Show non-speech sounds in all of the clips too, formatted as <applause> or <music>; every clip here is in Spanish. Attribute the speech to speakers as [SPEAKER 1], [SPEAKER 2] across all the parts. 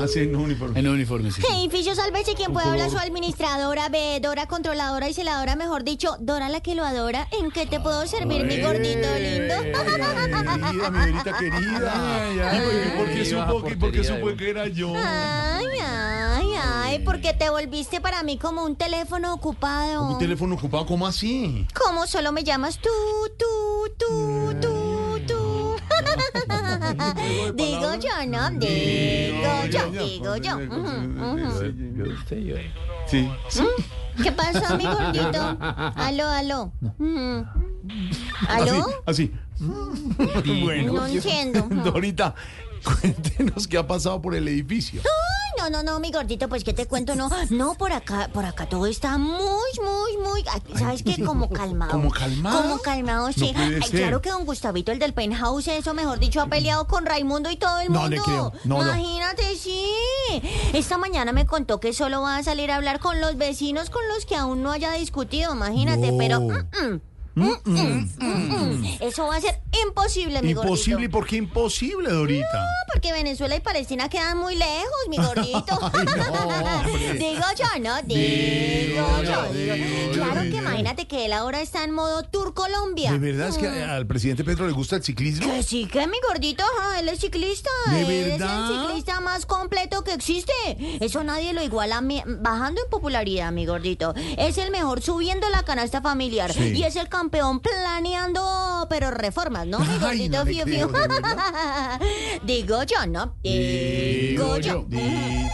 [SPEAKER 1] Ah, sí, en un uniforme.
[SPEAKER 2] En un uniforme, sí.
[SPEAKER 3] Edificio Sálvese quien pueda hablar, su administradora, veedora, controladora y celadora, mejor dicho, Dora la que lo adora. ¿En qué te puedo servir, mi gordito lindo?
[SPEAKER 1] Eh, Querida, mi dorita querida.
[SPEAKER 2] Ay, ay,
[SPEAKER 1] ¿Y por qué
[SPEAKER 2] ay,
[SPEAKER 1] supo que, por qué
[SPEAKER 2] porquería,
[SPEAKER 1] supo
[SPEAKER 2] güey.
[SPEAKER 1] que era yo?
[SPEAKER 3] Ay, ay, ay, porque te volviste para mí como un teléfono ocupado.
[SPEAKER 1] Un teléfono ocupado, ¿cómo así?
[SPEAKER 3] ¿Cómo solo me llamas tú, tú, tú, tú, tú? <laughs> digo yo, ¿no? Digo yo, digo yo. Ujú, ujú.
[SPEAKER 1] Sí.
[SPEAKER 3] ¿Qué pasó, mi gordito? Aló, aló. Mm.
[SPEAKER 1] Así,
[SPEAKER 3] ¿Aló?
[SPEAKER 1] así.
[SPEAKER 3] No entiendo. Ujú.
[SPEAKER 1] Dorita, <laughs> cuéntenos qué ha pasado por el edificio.
[SPEAKER 3] Ay, No, no, no, mi gordito, pues que te cuento, no, no, por acá, por acá todo está muy, muy, muy, ah, ¿sabes qué? Como calmado.
[SPEAKER 1] ¿Como calmado?
[SPEAKER 3] Como calmado, sí.
[SPEAKER 1] No puede
[SPEAKER 3] Ay,
[SPEAKER 1] ser.
[SPEAKER 3] claro que don Gustavito, el del penthouse, eso, mejor dicho, ha peleado con Raimundo y todo el
[SPEAKER 1] No
[SPEAKER 3] mundo.
[SPEAKER 1] le creo. No, no.
[SPEAKER 3] Imagínate, sí. Esta mañana me contó que solo va a salir a hablar con los vecinos con los que aún no haya discutido, imagínate,
[SPEAKER 1] No. mm.
[SPEAKER 3] pero... mm, mm. Eso va a ser imposible,
[SPEAKER 1] Imposible,
[SPEAKER 3] mi
[SPEAKER 1] ¿y
[SPEAKER 3] gordito.
[SPEAKER 1] por qué imposible, Dorita?
[SPEAKER 3] Porque Venezuela y Palestina quedan muy lejos, mi gordito.
[SPEAKER 1] <laughs> Ay, no, hombre.
[SPEAKER 3] <laughs> digo yo, ¿no? Digo,
[SPEAKER 1] Digo
[SPEAKER 3] yo.
[SPEAKER 1] yo,
[SPEAKER 3] digo.
[SPEAKER 1] digo yo.
[SPEAKER 3] claro que imagínate que él ahora está en modo Tour Colombia.
[SPEAKER 1] ¿De verdad es que a- al presidente Petro le gusta el ciclismo?
[SPEAKER 3] Que Pues sí, que mi gordito, ajá, él es ciclista.
[SPEAKER 1] ¿De
[SPEAKER 3] él
[SPEAKER 1] verdad?
[SPEAKER 3] es el ciclista más completo que existe. Eso nadie lo iguala mi- bajando en popularidad, mi gordito. Es el mejor subiendo la canasta familiar.
[SPEAKER 1] Sí.
[SPEAKER 3] Y es el campeón planeando, pero reformas, ¿no, mi
[SPEAKER 1] Ay,
[SPEAKER 3] gordito?
[SPEAKER 1] no le
[SPEAKER 3] Fiu,
[SPEAKER 1] creo,
[SPEAKER 3] fiu.
[SPEAKER 1] ¿de verdad?
[SPEAKER 3] <laughs> Digo yo, ¿no?
[SPEAKER 1] Eh,
[SPEAKER 3] Eh, Digo yo.
[SPEAKER 1] Di-
[SPEAKER 3] Ay,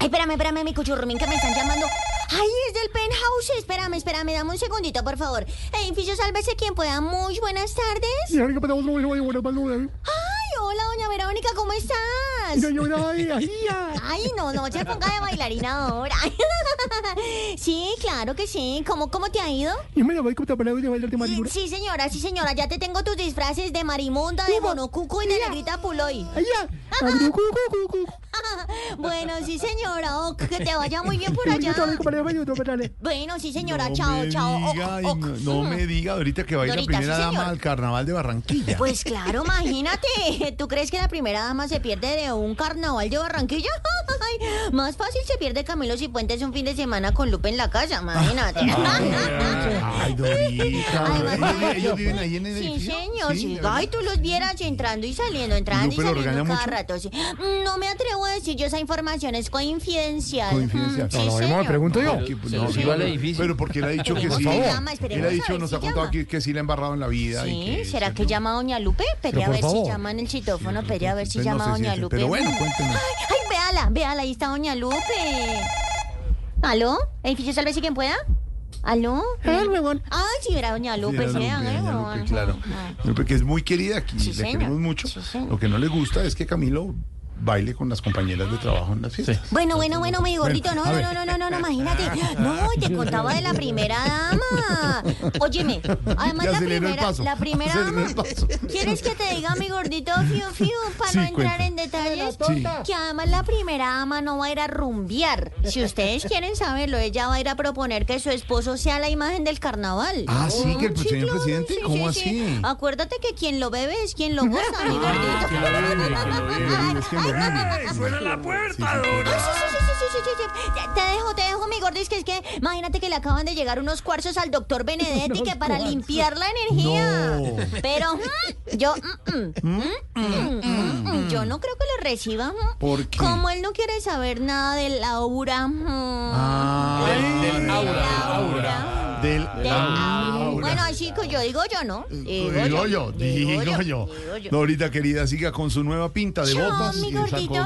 [SPEAKER 3] espérame, espérame, mi cuchurrumín, que me están llamando. Ay, es del penthouse. Espérame, espérame, dame un segundito, por favor. Edificio, sálvese quien pueda. Muy buenas tardes.
[SPEAKER 4] Y ahora que pasamos muy buenas tardes.
[SPEAKER 3] Ay, hola, doña Verónica, ¿cómo
[SPEAKER 4] Y yo,
[SPEAKER 3] estás?
[SPEAKER 4] yo, ay, ay, ay.
[SPEAKER 3] Ay, no, no, se ponga de bailarina ahora. <laughs> Sí, claro que sí. ¿Cómo, cómo te ha ido?
[SPEAKER 4] Y me la voy con tu palabra de bailar de Marimura.
[SPEAKER 3] Sí, señora, sí, señora. Ya te tengo tus disfraces de marimonda, de monocuco y de negrita puloy.
[SPEAKER 4] Ay, ya. Abru, cu, cu, cu, cu.
[SPEAKER 3] Bueno, sí, señora. Oh, que te vaya muy bien por
[SPEAKER 4] Y ahorita
[SPEAKER 3] allá.
[SPEAKER 4] te voy con palabra de bailar, dale.
[SPEAKER 3] Bueno, sí, señora.
[SPEAKER 1] No
[SPEAKER 3] chao,
[SPEAKER 1] me
[SPEAKER 3] chao. Oh,
[SPEAKER 1] diga, ay,
[SPEAKER 3] oh,
[SPEAKER 1] no,
[SPEAKER 3] oh.
[SPEAKER 1] no
[SPEAKER 3] <laughs>
[SPEAKER 1] me diga, Dorita, que va a ir la
[SPEAKER 3] Dorita,
[SPEAKER 1] primera
[SPEAKER 3] sí,
[SPEAKER 1] dama
[SPEAKER 3] señor.
[SPEAKER 1] al carnaval de Barranquilla. <laughs>
[SPEAKER 3] Pues claro, imagínate. ¿Tú crees que la primera dama se pierde de un carnaval de Barranquilla? <laughs> Ay, Más fácil se pierde Camilo Cifuentes un fin de semana con Lupe en la casa,
[SPEAKER 1] <laughs>
[SPEAKER 3] imagínate.
[SPEAKER 1] Ah, Ay, Dorita.
[SPEAKER 3] Ay,
[SPEAKER 1] ¿Ellos,
[SPEAKER 3] Barranquilla.
[SPEAKER 1] ellos viven ahí en el
[SPEAKER 3] Sí,
[SPEAKER 1] edificio?
[SPEAKER 3] señor, sí.
[SPEAKER 1] de
[SPEAKER 3] Ay, tú los vieras entrando y saliendo, entrando y
[SPEAKER 1] Lupe lo regaña
[SPEAKER 3] saliendo cada
[SPEAKER 1] mucho?
[SPEAKER 3] rato. sí. Mm, No me atrevo a decir yo esa información, es coincidencial.
[SPEAKER 1] Coincidencial. No,
[SPEAKER 3] Mm, Sí,
[SPEAKER 1] lo
[SPEAKER 4] Bueno, me
[SPEAKER 3] señor.
[SPEAKER 4] pregunto yo.
[SPEAKER 1] verdad. No, que-
[SPEAKER 2] Se
[SPEAKER 1] pues, no,
[SPEAKER 2] los
[SPEAKER 1] sí,
[SPEAKER 2] iba al
[SPEAKER 1] pero-
[SPEAKER 2] edificio.
[SPEAKER 1] Pero porque él ha dicho que
[SPEAKER 3] Esperemos
[SPEAKER 1] sí.
[SPEAKER 3] que llama,
[SPEAKER 1] Él ha
[SPEAKER 3] esperemos a
[SPEAKER 1] dicho,
[SPEAKER 3] ver
[SPEAKER 1] nos
[SPEAKER 3] si
[SPEAKER 1] ha contado
[SPEAKER 3] llama.
[SPEAKER 1] que, que sí le ha embarrado en la vida. y
[SPEAKER 3] Sí,
[SPEAKER 1] que,
[SPEAKER 3] ¿será que llama Doña Lupe? Pere a
[SPEAKER 4] por
[SPEAKER 3] ver
[SPEAKER 4] favor.
[SPEAKER 3] si llama en el chitófono, pere a ver si
[SPEAKER 1] Pues no
[SPEAKER 3] llama
[SPEAKER 1] sé si
[SPEAKER 3] Doña
[SPEAKER 1] es-
[SPEAKER 3] Lupe.
[SPEAKER 1] Pero bueno, cuéntenos.
[SPEAKER 3] Ay, ay, véala, véala, ahí está Doña Lupe. ¿Aló? ¿Edificio sálvese quien pueda? ¿Aló?
[SPEAKER 4] Ah, el huevón.
[SPEAKER 3] Ay, sí, era Doña
[SPEAKER 1] Sí,
[SPEAKER 3] Lupe, sí,
[SPEAKER 1] Ana
[SPEAKER 3] era
[SPEAKER 1] Lupe, Ana
[SPEAKER 3] Doña
[SPEAKER 1] Lupe,
[SPEAKER 3] Lupe,
[SPEAKER 1] claro.
[SPEAKER 3] ajá.
[SPEAKER 1] Ana Lupe, que es muy querida aquí,
[SPEAKER 3] Sí,
[SPEAKER 1] le
[SPEAKER 3] señor.
[SPEAKER 1] queremos mucho.
[SPEAKER 3] Sí, señor.
[SPEAKER 1] Lo que no le gusta es que Camilo baile con las compañeras de trabajo en las fiestas.
[SPEAKER 3] Bueno, bueno, bueno, mi gordito, no, no, no, no, no, no, imagínate. No, te contaba de la primera dama.
[SPEAKER 1] <laughs>
[SPEAKER 3] Óyeme, además
[SPEAKER 1] Ya
[SPEAKER 3] la
[SPEAKER 1] aceleró el
[SPEAKER 3] primera,
[SPEAKER 1] paso, <laughs>
[SPEAKER 3] la primera
[SPEAKER 1] aceleró
[SPEAKER 3] dama.
[SPEAKER 1] el paso.
[SPEAKER 3] ¿Quieres que te diga, mi gordito, fiu, fiu, para
[SPEAKER 1] Sí,
[SPEAKER 3] no entrar
[SPEAKER 1] cuenta.
[SPEAKER 3] en detalles?
[SPEAKER 1] Sí.
[SPEAKER 3] Que además la primera dama no va a ir a rumbear. Si
[SPEAKER 1] <laughs>
[SPEAKER 3] ustedes quieren saberlo, ella va a ir a proponer que su esposo sea la imagen del carnaval.
[SPEAKER 1] Ah, sí, que el
[SPEAKER 3] Sí,
[SPEAKER 1] señor
[SPEAKER 3] claro,
[SPEAKER 1] presidente,
[SPEAKER 3] sí,
[SPEAKER 1] ¿cómo
[SPEAKER 3] sí,
[SPEAKER 1] así? Ah,
[SPEAKER 3] sí. Acuérdate que quien lo bebe es quien lo goza,
[SPEAKER 1] <laughs>
[SPEAKER 3] mi gordito.
[SPEAKER 1] Es que lo vive.
[SPEAKER 3] Sí, sí, sí, sí, sí, sí, sí. Te- Te dejo, te dejo, mi gordis, que es que imagínate que le acaban de llegar unos cuarzos al
[SPEAKER 1] <laughs>
[SPEAKER 3] doctor Benedetti que para limpiar la energía.
[SPEAKER 1] No.
[SPEAKER 3] Pero mm, yo, mm, mm, mm, mm, mm, mm, yo no creo que lo reciba. mm.
[SPEAKER 1] ¿Por qué?
[SPEAKER 3] Como él no quiere saber nada del aura. mm,
[SPEAKER 1] Ah,
[SPEAKER 3] del aura, aura.
[SPEAKER 1] Del
[SPEAKER 3] del aura.
[SPEAKER 1] aura. Eh,
[SPEAKER 3] Bueno, chicos, yo digo yo, ¿no?
[SPEAKER 1] Digo yo, digo yo.
[SPEAKER 3] digo yo.
[SPEAKER 1] Eh, Dorita querida, siga con su nueva pinta de
[SPEAKER 3] Chao,
[SPEAKER 1] botas
[SPEAKER 3] mi
[SPEAKER 1] y esa
[SPEAKER 3] gordito.
[SPEAKER 1] cosa.